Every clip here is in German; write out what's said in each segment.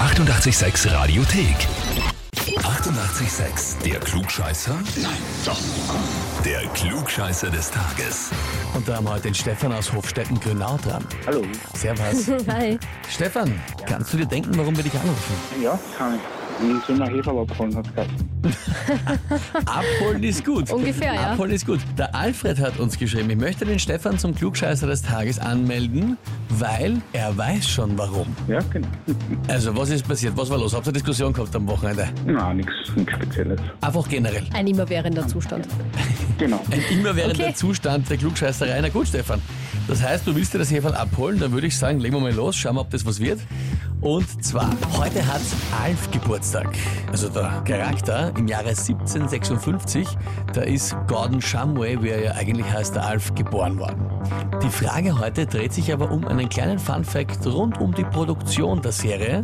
886 Radiothek. 88,6. Der Klugscheißer? Nein, doch. Der Klugscheißer des Tages. Und da haben wir heute den Stefan aus Hofstetten-Grünau dran. Hallo. Servus. Hi. Stefan, kannst du dir denken, warum wir dich anrufen? Ja, kann ich. Und so nach Hefe abholen hat gesagt. Abholen ist gut. Ungefähr, ja. Abholen ist gut. Der Alfred hat uns geschrieben, ich möchte den Stefan zum Klugscheißer des Tages anmelden, weil er weiß schon warum. Ja, genau. Also, was ist passiert? Was war los? Habt ihr Diskussion gehabt am Wochenende? Na, nichts nix Spezielles. Einfach generell. Ein immerwährender Zustand. Genau. Ein immerwährender Okay. Zustand der Klugscheißerei. Na gut, Stefan. Das heißt, du willst dir das Heferl abholen, dann würde ich sagen, legen wir mal los, schauen wir, ob das was wird. Und zwar, heute hat Alf Geburtstag. Also der Charakter im Jahre 1756, da ist Gordon Shumway, wie er ja eigentlich heißt, der Alf, geboren worden. Die Frage heute dreht sich aber um einen kleinen Funfact rund um die Produktion der Serie,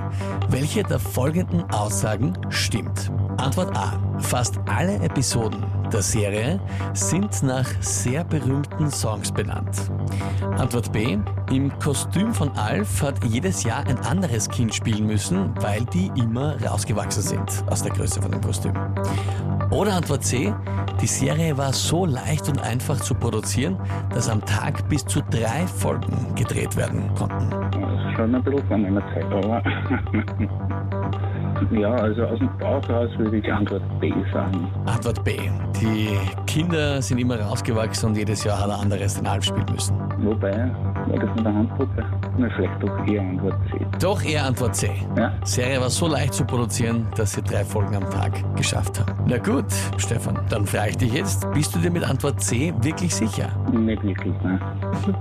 welche der folgenden Aussagen stimmt. Antwort A. Fast alle Episoden der Serie sind nach sehr berühmten Songs benannt. Antwort B. Im Kostüm von Alf hat jedes Jahr ein anderes Kind spielen müssen, weil die immer rausgewachsen sind aus der Größe von dem Kostüm. Oder Antwort C. Die Serie war so leicht und einfach zu produzieren, dass am Tag bis zu drei Folgen gedreht werden konnten. Das ist Also, schon ein bisschen von meiner Zeit, aber. ja, also aus dem Bauch raus würde ich die Antwort B sagen. Antwort B. Die Kinder sind immer rausgewachsen und jedes Jahr hat ein anderes den Alf spielen müssen. Wobei, war das mit der Handpuppe? Na, vielleicht doch eher Antwort C. Doch eher Antwort C. Ja? Serie war so leicht zu produzieren, dass sie drei Folgen am Tag geschafft haben. Na gut, Stefan, dann frage ich dich jetzt, bist du dir mit Antwort C wirklich sicher? Nicht wirklich, ne?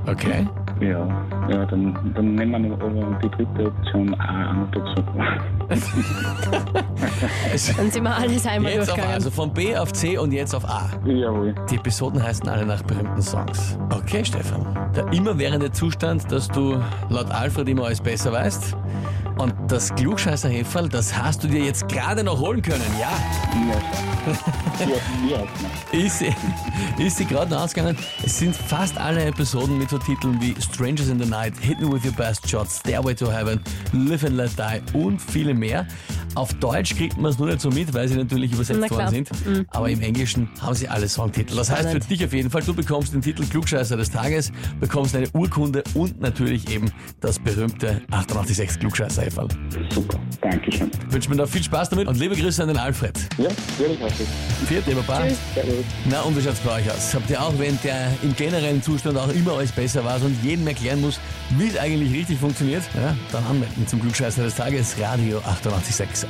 Okay. Ja. Ja, dann, dann nehmen wir noch, aber die dritte Option A an dazu. Also, Dann sind wir alles einmal jetzt auf A, durchgegangen. also von B auf C und jetzt auf A. Jawohl. Die Episoden heißen alle nach berühmten Songs. Okay, Stefan. Der immerwährende Zustand, dass du laut Alfred immer alles besser weißt. Und das klugscheißer das hast du dir jetzt gerade noch holen können, ja? Ja, schon. Ja, ja, genau. Ist, sie- ist sie gerade noch ausgegangen. Es sind fast alle Episoden mit so Titeln wie Strangers in the Night, Hidden with Your Best Shot, Stairway to Heaven, Live and Let Die und viele mehr. Auf Deutsch kriegt man es nur nicht so mit, weil sie natürlich Na übersetzt klar. Mhm. worden sind. Aber im Englischen haben sie alle Songtitel. Das heißt für Spannend. dich auf jeden Fall, du bekommst den Titel Klugscheißer des Tages, bekommst eine Urkunde und natürlich eben das berühmte 886 klugscheißer -Eferl. Super. Dankeschön. Ich wünsche mir noch viel Spaß damit und liebe Grüße an den Alfred. Ja, wirklich auch. Viert, lieber Paar. Tschüss. Servus. Na und wie schaut's bei euch aus? Habt ihr auch, wenn der im generellen Zustand auch immer alles besser war und jedem erklären muss, wie es eigentlich richtig funktioniert? Ja, dann anmelden zum Glückscheißer des Tages, Radio 886